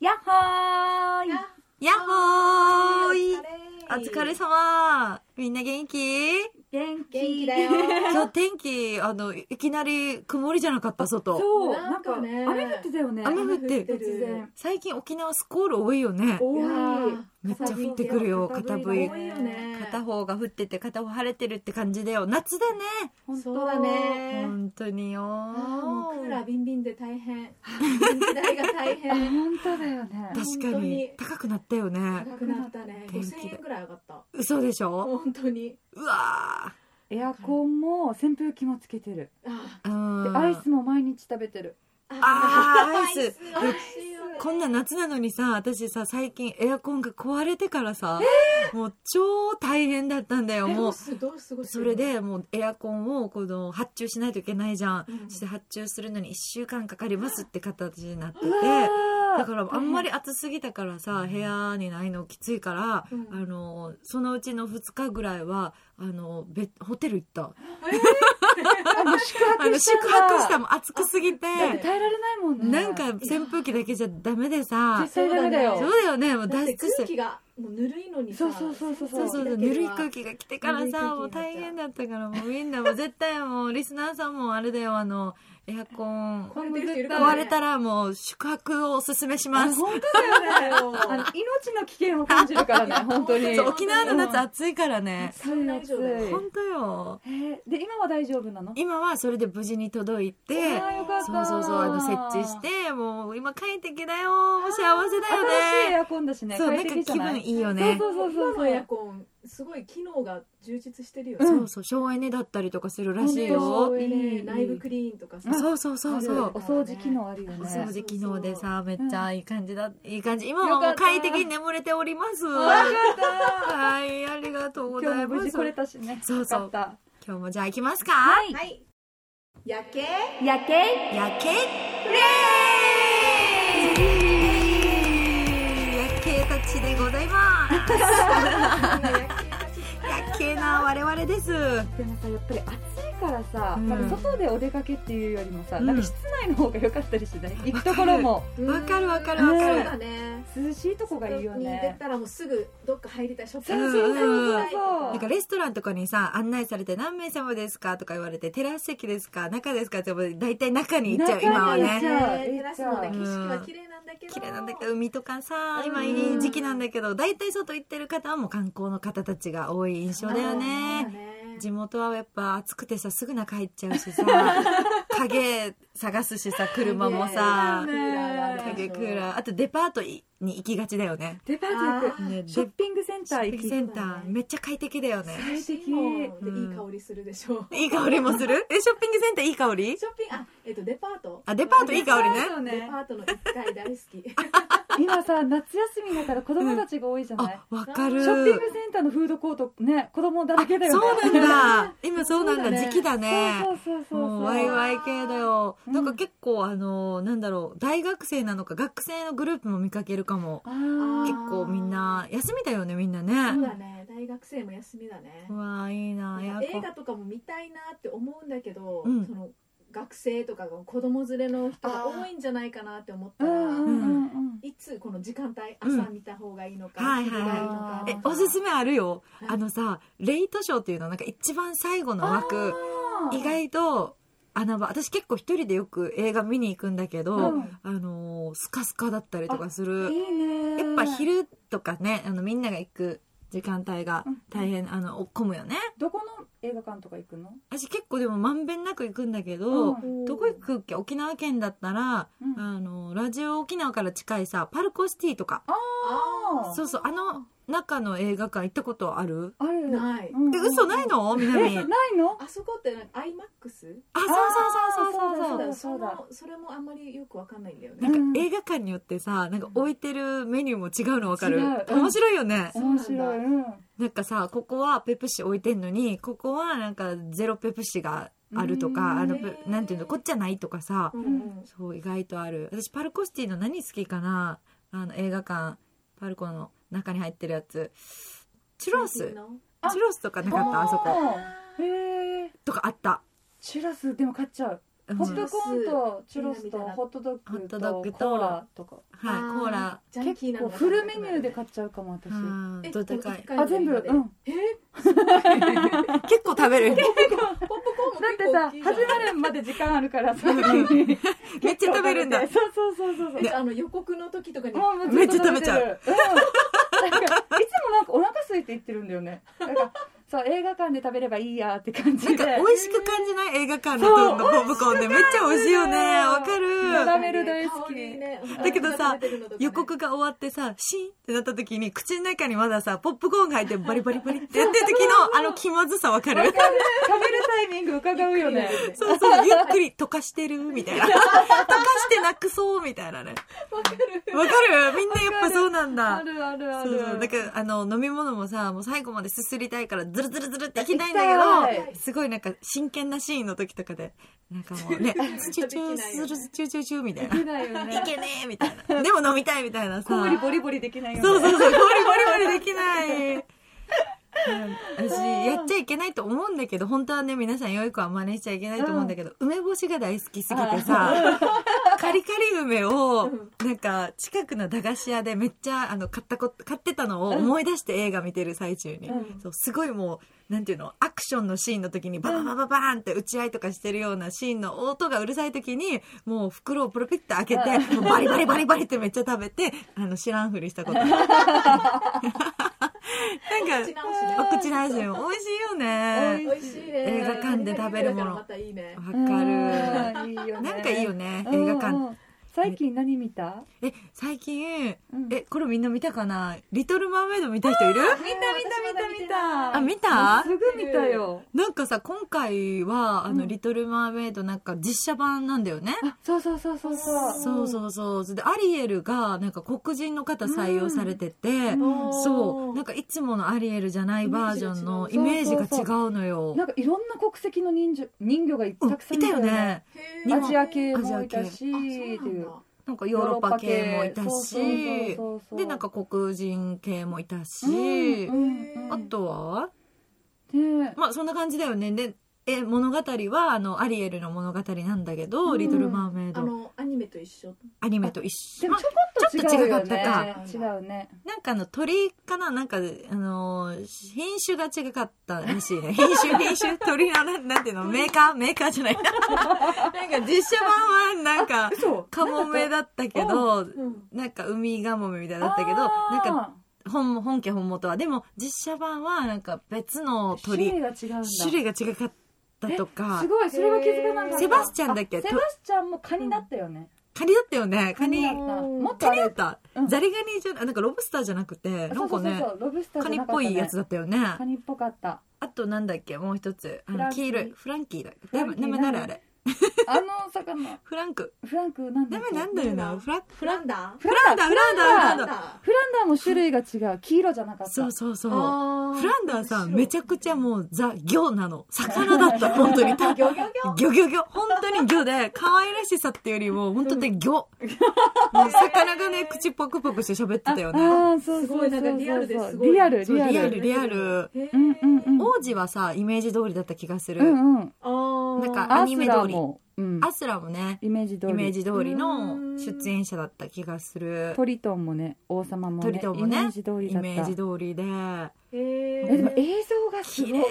やっほーいやっほーいおお疲疲れれ様みんな元気元気元気だよ。今日天気、あの、いきなり曇りじゃなかった、外。そう、ななんんかか、ね雨降ってたよね。雨降って突然。最近沖縄スコール多いよね。多いいやー。めっちゃ降ってくるよ、片片多多笛いいねよね。片方が降ってて片方晴れてるって感じだよ。夏だね。本そうだ。ね。本当によあーもうクーラービンビンで大 変。電気代が大変。本当だよね。確か本当にに高くなったよね。高くなったね。電気代5000円ぐらい上がった。嘘でしょ本当に。うわエアコンも扇風機もつけてる。あーうでん。アイスも毎日食べてる。ーあーアイス美味しいよねこんな夏なのにさ、私さ、最近エアコンが壊れてからさ、もう超大変だったんだよ、えどもうう。すどうすごいそれでもうエアコンをこの発注しないといけないじゃん。うんそして発注するのに1週間かかりますって形になってて。だだからあんまり暑すぎたからさ部屋にないのきついから、うんあのそのうちの2日ぐらいはあの別ホテル行った宿泊したんだあの宿泊したもん暑くすぎてだって耐えられないもんね。なんか扇風機だけじゃダメでさ絶対ダメだそよう。だよねもうだっ脱て出して空気がもうぬるいのにさそうそうそうそうそうそうそうだけぬでるいは空気が来てからぬるい空気さにもなうっちゃう大変だったからもうみんなもう絶対もうリスナーさんもあれだよあのエアコン壊れてる人いるから壊ねれたらもう宿泊をおすすめしあます本当だよね。あの命の危険を感じるから ね、本当に。そう沖縄の夏暑いからね暑い暑い。本当よへーで今は大丈夫なの？今はそれで無事に届いてあーよかったそうそうそうあの設置してもう今快適だよもう幸せだ新しいエよねアコンだしね。そうな快ん適じか気ゃな分いいいよそうねそうそうそう今そのう。エアコンすごい機能が充実してるよね、そうそう省エネだったりとかするらしいよそういうねうん内部クリーンとかさ、そうそうそうそあうるお掃除機能あるよね。おそう掃除機能でさめっちゃいい感じだいい感じ今よはかもっうた快適に眠れておりますあはよかった。いありがとうご今ざ日いもま無す事来れたしね。そうそうよかった今日もじゃあ行きますかはい。はい夜景夜景夜景プレイ夜景たちでございます夜景な我々ですでもさやっぱり暑いからさ、うんなんか外でお出かけっていうよりもさ、うんなんか室内の方が良かったりしない。行くところもわかるわかるわかるそうだね涼しいとこがいいよ外に出ね。たらもうすぐどっか入りたいショッピそンうグそうセンそうそうターに行きたいそとかなうんかレストランとかにさ案内されて何名様ですかとか言われてテラス席ですか中ですかって言えば大体中に行っちゃう中に今は行っちねゃうテラスのねうん景色は綺麗なんだけど綺麗なんだけど海とかさうん今いい時期なんだけど大体外行ってる方はもう観光の方たちが多い印象だよそうだねね地元はやっぱ暑くてさすぐ中入っちゃう しさ影探すしさ車もさクーラーがある影クーラーあとデパートに行きがちだよねデパート行あく。ーねショッピングセンターショ行ッピングきセンターめっちゃ快適だよね快適でいい香りするでしょう、いい香りもするえショッピングセンターいい香りショッピングあえっとデパートあデパートいい香りねそうデねパートの1階大好き今さ夏休みだから子供たちが多いじゃない、あわかるショッピングセンターのフードコートね子供だらけだよねそうなんだ今そうなんだそうだね時期だねそうそうそうそうもうワイワイ系だよ、うんなんか結構あのなんだろう大学生なのか学生のグループも見かけるかもあー結ー構みんな休みだよねみんなそうね、だね大学生も休みだねうわいいなエアコ映ン画とかも見たいなって思うんだけど、うんその学生とかが子供連れの人が多いんじゃないかなって思ったうんら、うんうんうんいつこの時間帯うん朝見た方がいいのか、はいはい昼がいいのかえおすすめあるよ、はいあのさレイトショーっていうのなんか一番最後の枠あー意外と穴場私結構一人でよく映画見に行くんだけど、うんあのースカスカだったりとかするいいねやっぱ昼とかねあのみんなが行く時間帯がうん大変あの混むよねどこの映画館とか行くの私結構でもまんべんなく行くんだけど、うんどこ行くっけ沖縄県だったら、うんあのラジオ沖縄から近いさパルコシティとかあそうそうあの中の映画館行ったことあるあるないうんうんえ嘘ないのえ南なあいのあそこってなんかそうそ iMAX? うそうそうあーそうだそそうだのそれもあんまりよくわかんないんだよなね、んか映画館によってさなんか置いてるメニューも違うの分かる違ううん面白いよねそうなん面だ白いうんなんかさここはペプシ置いてんのにここはなんかゼロペプシがあるとうんかあのペなんていうのこっちゃないとかさうんうんそう意外とある私パルコシティの何好きかなあの映画館パルコの中に入ってるやつチュロス最近のあチュロスとかなかったあそこへえとかあったチュラスでも買っちゃうううんポップコーンとチュロスとホットドホッッグトドッとグとコーラとかはいあーコーラジャンキ結ーなの構がフルメニューで買っちゃうかも私あーえどでかいこの一回のあ全部う今でんえ結構食べるポップコーンもだってさ結構大きいじゃん始まるまで時間あるからさめめっちゃ食べるんだそうそうそうそうそうえあの予告の時とかにもうめっちゃ食べちゃう。うん、なんかいつもなんかお腹空いて言ってるんだよね。なんかそう映画館で食べればいいやって感じなんで。か美味しく感じない映画館のそうポップコーンでめっちゃ美味しいよねわかそうだるねラメル大好き香りねうんだけどさ食べてるのとかね予告が終わってさシーンってなった時に口の中にまださポップコーンが入ってバリバリバリってやってる時のあの気まずさわかる食べるタイミング伺うよね。そうそうゆっくり溶かしてるみたいな溶かしてなくそうみたいなねわかるわかるみんなやっぱそうなんだあるあるあそうる。そうだからあの飲み物もさもう最後まですすりたいからズルズルズルっていきたいん行だきけたどすごいなんか真剣なシーンの時とかでなんかもうねチュチュスルスチュチュチュみたいな「いできないよね。けねえ」みたいな「でも飲みたい」みたいなさ氷ボリボリできないよね。そうそうそう氷ボリボリできないうん私やっちゃいけないと思うんだけど本当はね皆さん良い子は真似しちゃいけないと思うんだけど、梅干しが大好きすぎてさカリカリ梅をなんか近くの駄菓子屋でめっちゃあの買ったこと買ってたのを思い出して映画見てる最中に、うんそうすごいもうなんていうのアクションのシーンの時にバババババーンって打ち合いとかしてるようなシーンの音がうるさい時にもう袋をプロピッと開けてもうバリバリバリバリってめっちゃ食べてあの知らんふりしたことあるなんか口直しねお口直しも美味しいよね美美味しいね映画館で食べるものまたいいねわうんかいいよるね。なんかいいよねうんう映ん。画館最近何見た？え最近うんえこれみんな見たかな「リトル・マーメイド」見た人いるみんなみんなみんな見たあ見たすぐ見たよ。なんかさ今回は「あうのんリトル・マーメイド」なんか実写版なんだよねあそうそうそうそうそう。そうそうそうそれでアリエルがなんか黒人の方採用されてて、うんそうなんかいつものアリエルじゃないバージョンのイイメメーージジがが違う違うのよなんかいろんな国籍の人魚人魚がうんたくさんいたよね日ア本ジア系もいたしっていうなんかヨーロッパ系もいたしそうそうそうそうでなんか黒人系もいたし、うんうんあとはね まあそんな感じだよねでえ物語はあのアリエルの物語なんだけど「うんリトル・マーメイあドのアニメと一緒」アニメと一緒でもちょちょこっっとと違違ううよよねね違うねなんかあの鳥かななんか、あのー品種が違かったらしいね。品種、品種、鳥の、なんなんていうの、メーカーメーカーじゃない。なんか実写版はなんか、嘘カモメだったけど、うんなんか海ガモメみたいだったけど、なんか本、本家本元は。でも実写版はなんか別の種鳥、類が違うんだ種類が違かったとかす、ごいそれは気づかなかったセバスチャンだっけあセバスチャンもカニだったよねカニだったよね。カカニニだっ、たうんもっとカあニだっれた。うんザリガニじゃ、あなんかロブスターじゃなくて、なんそう、そかねうそうロブスターカニっぽいやつだだったよね。カニっぽかったあとなんだっけもう一つあフラのンキー黄色いフランキーだフダランメキーダメなるあれあの魚フランクフランクなんだダっメけなんだよなフランフランダーフランダーフランダーフラフランンダダーーフランダーも種類が違う黄色じゃなかったそうそうそうあーフランダーさんめちゃくちゃもうザ魚なの魚だ った面本当白いにたギョギョギ魚ョ魚魚本当に魚で可愛らしさっていうよりも本当に魚もう魚がね口パクパクして喋ってたよねああそうそうそうそうすごいなんかリアルですごいリアルそうリアルリアルリアルへーうんうんうん王子はさイメージ通りだった気がすうるんうんあーなんかアアニニメメ通通りりうんアスラもねイメージ通りイメージ通りの出演者だった気がするトリトンもね王様もねトリトンもねイメージ通りイだったメージ通りでへえでもー映像がす綺ご麗い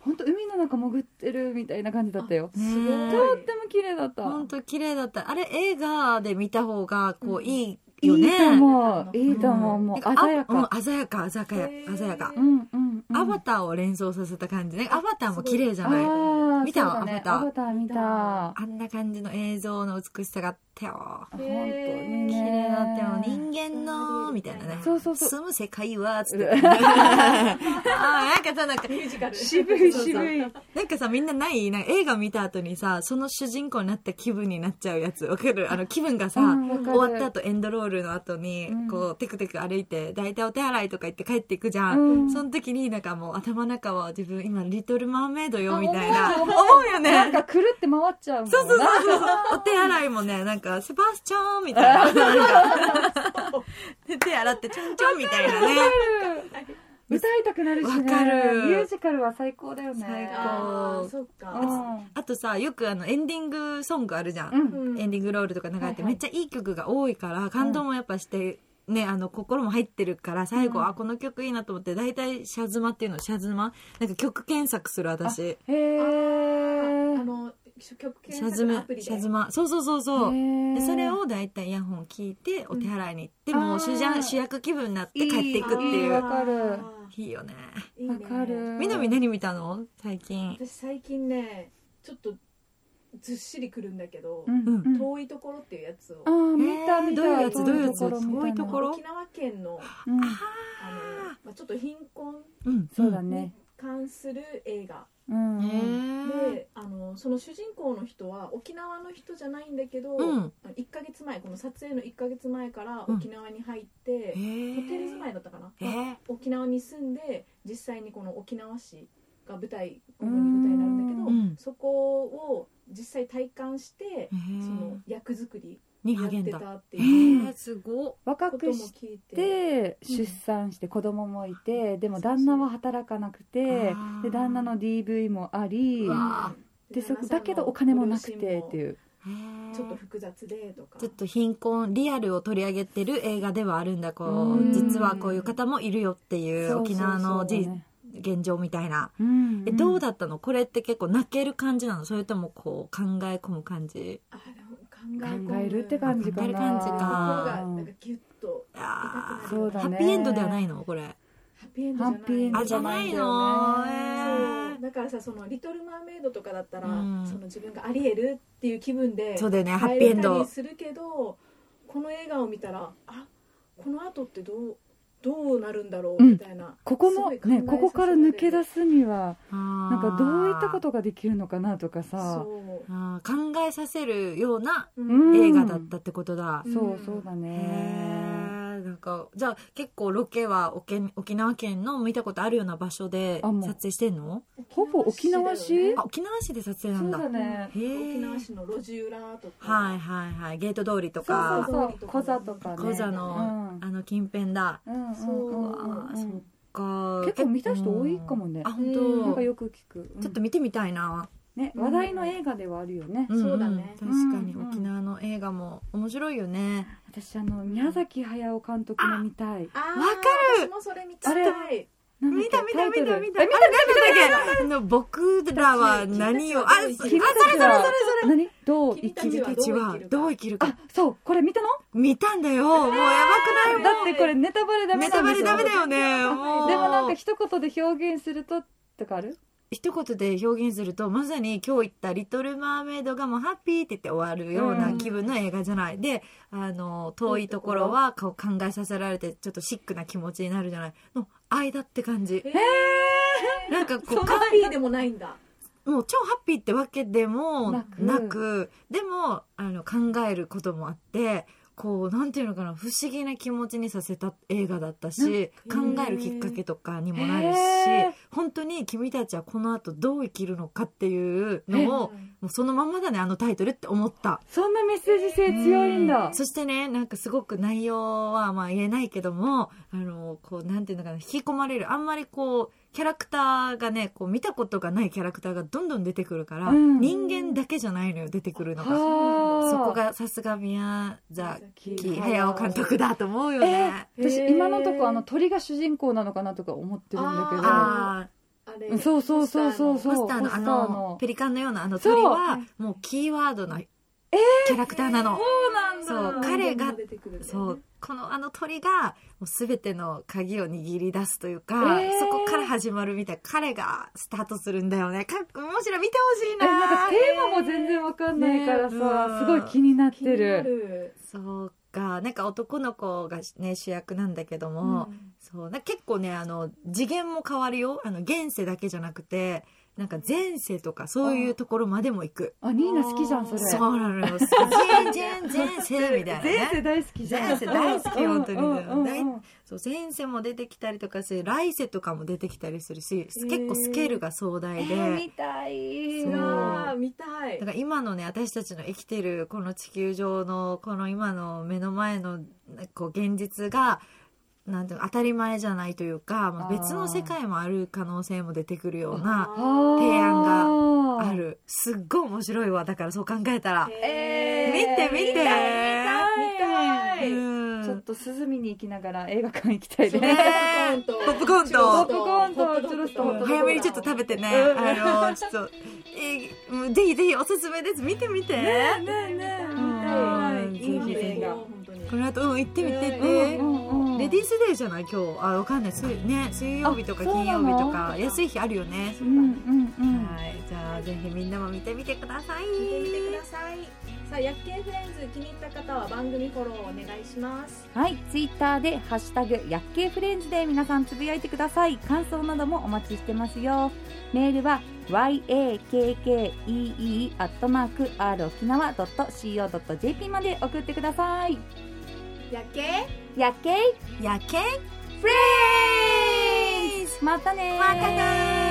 本当海の中潜ってるみたいな感じだったよすごいねとっても綺麗だった本当綺麗だったあれ映画で見た方がこううんいいいよね、いと思ううんいいと思うもう鮮やあかうん鮮やか鮮やかへー鮮やかう、んうんうんアバターを連想させた感じねアバターも綺麗じゃあないー見たそうだねアバターアバター見たあんな感じの映像の美しさがあったよ本当にね綺麗だったよ人間のみたいなねそうそうそう住む世界 はつってうあーなんかさなんかミュージカル渋いそうそう渋いなんかさみんなないなんか映画見た後にさその主人公になった気分になっちゃうやつわかるあの気分がさ、うんわかる終わった後エンドロールの後にうんこうテクテク歩いて大体お手洗いとか行って帰っていくじゃん、うんその時になんかもう頭の中は自分今リトル・マーメイドよみたいあ思な思ううよなんねかくるって回っちゃうもんそうそうそうそうお手洗いもねなんかセバスチョンみたい ななんか手洗ってチョンチョンみたいなねわかるめっ歌いたくなるしねわかるミュージカルは最高だよね最高あーそっかあとさよくあのエンディングソングあるじゃ、うんん、うんエンディングロールとか流れはいてはいめっちゃいい曲が多いから感動もやっぱして、ね、あの心も入ってるから最後、うんあこの曲いいなと思って大体「シャズマ」っていうの「シャズマ」なんか曲検索する私へえあの曲「シャ検ズ索アマプ」リシでャズマそうそうそうそう、でそれをを大体イヤホン聞いてお手洗いに行って、うんもう主あー役主役気分になって帰っていくっていいいうわかるあいいよねーいいわねかるみなみ何見たの最近私最近ねちょっとずっしりくるんだけどうんうんうん遠いところっていうやつをあー見たえー見たどういうや遠つところどういうやつみたな遠いところ沖縄県のうんあの、まあ、ちょっと貧困うんそうだにね関する映画うんへえであのその主人公の人は沖縄の人じゃないんだけど、うん1ヶ月前この撮影の1ヶ月前からうん沖縄に入って、ホテル住まいだったかな、へえ沖縄に住んで実際にこの沖縄市が舞台主に舞台になるんだけど、うんそこを実際体感して、その役作りにやっ励んてだたってえいうーすごっ若こともくし聞いて。てうん出産して子供もいてでも旦那は働かなくてあーで旦那の DV もありうわでそ旦那さんのだけどお金もなくてってごいうへー両親もちょっと複雑でとかちょっと貧困リアルを取り上げてる映画ではあるんだこうんう実はこういう方もいるよっていう沖縄のそうそうじそうね現状みたいなうんえどうだったのこれって結構泣ける感じなのそれともこう考え込む感じあ考でも考え込むえるって感じかな考える感じ心かがなんかギュッとあーそうだねハッピーエンドではないのこれハッピーエンドハッピーエンドあじゃないのえそうだからさその「リトル・マーメイド」とかだったら、うんその自分がありえるっていう気分でそうだよねハッ帰ピーエれンたりドするけどこの映画を見たらあこの後ってどうどうなるんだろううんみたいな、ここすのごい考えねここから抜け出さすにはななんかどういったことができるのかなとかせられさるあー考えさせるようなそう、うん映画だったってことだ、うんそうそうだへねえんかじゃあ結構ロケは沖沖縄県の見たことあるような場所であもう撮影してんのほぼ沖縄市だよねあ沖縄市で撮影なそんうだだねへえ沖縄市の路地裏とか、はいはいはいゲート通りとそうかそうそう小座とかね小座うのんあの近辺だうんうんそううんうわうんーそっか結構見た人多いかもねあ本うんなん当かよく聞くうんちょっと見てみたいなね話題の映画ではあるよねんんそうだね確かにうんうん沖縄の映画も面白いよね私あの宮崎駿監督の見たいあーわかる私もそれ見たあいなんだっ見けた見タたイ見トたル見た見た見た見たあの僕らは何をあ君たち君はたちは何どう生君きたちるは君たちはどう生きるあかそうこれ見たの見たんだよもうやばくないだってこれネタバレダメネなタんでバすレよダメだよねもうでもなんか一言で表現するととかある一言で表現するとまさに今日言った「リトル・マーメイド」がもうハッピーって言って終わるような気分の映画じゃない、であの遠いところはこう考えさせられてちょっとシックな気持ちになるじゃないの間って感じえなんかこそううかハッピーでもないんだもう超ハッピーってわけでもななくくでもあの考えることもあってこうなんていうのかな不思議な気持ちにさせた映画だったし考なんかえるきっかけとかにもなるしへー本当に君たちはこの後どう生きるのかっていうのをうんもうそのままだねあのタイトルって思ったそんなメッセージ性強いんだそしてねなんかすごく内容はまあ言えないけどもあのこうなんていうのかな引き込まれるあんまりこうキャラクターがねこう見たことがないキャラクターがどんどん出てくるから、うん人間だけじゃないのよ出てくるのがはあそこがさすが宮崎崎駿監督だと思うよね、えー私へー今のとこあの鳥が主人公なのかなとか思ってるんだあああけれどうんそうそうそうそうポそうスターのポあスターののペリカンのようなあのそう鳥はもうキーワードのキャラクターなの、そうなんそうだ彼が出てくるんだよねそうこのあの鳥がもう全ての鍵を握り出すというか、えーそこから始まるみたい彼がスタートするんだよねかっこ面白い見てほしいえなんかなテーマも全然わかんないからねうんさすごい気になっ気てになるるそうかなんか男の子がね主役なんだけども、うんそうな結構ねあの次元も変わるよあの現世だけじゃなくてなんか前世とかそういうところまでも行くあニーナ好きじゃんそれそう なのよ全然前世みたいな前世ね大好きじゃん前世大好き本当にうんうんうんうんそう前世も出てきたりとかし来世とかも出てきたりするしー結構スケールが壮え大で、ー見たいそうあー見たいだから今のね私たちの生きてるこの地球上のこの今の目の前のこう現実がなんていうの当たり前じゃないというか、まああー別の世界もある可能性も出てくるようなあ提案案あ。るすっごい面白いわだからそう考えたら、ーえー、見て見て見たい見たいうんちょっと涼みに行きながら映画館行きたいそうね。ポポップコーンポとップコーンとチュロスとうんホットドッグ早めにちょっと食べてね、うんあのちょっと、えーうんぜひぜひおすすめです見てみて、ねえねえうん見たいいいいい映映画画。本当にこの後うん行ってみてって、うんうんレディースデーじゃない今日あわかんない水ね水曜日とかあそう金な曜の日とか安い日あるよね、うんうんうん。はいじゃあぜひみんなも見てみてください見てみてくださいさあ薬研フレンズ気に入った方は番組フォローお願いしますはい、ツイッターでハッシュタグ薬系フレンズで皆さんつぶやいてください。感想などもお待ちしてますよ。メールは yakkee アットマーク r 沖縄ドット co ドット jp まで送ってください。薬研薬系やけんフレンズ。またねー。またねー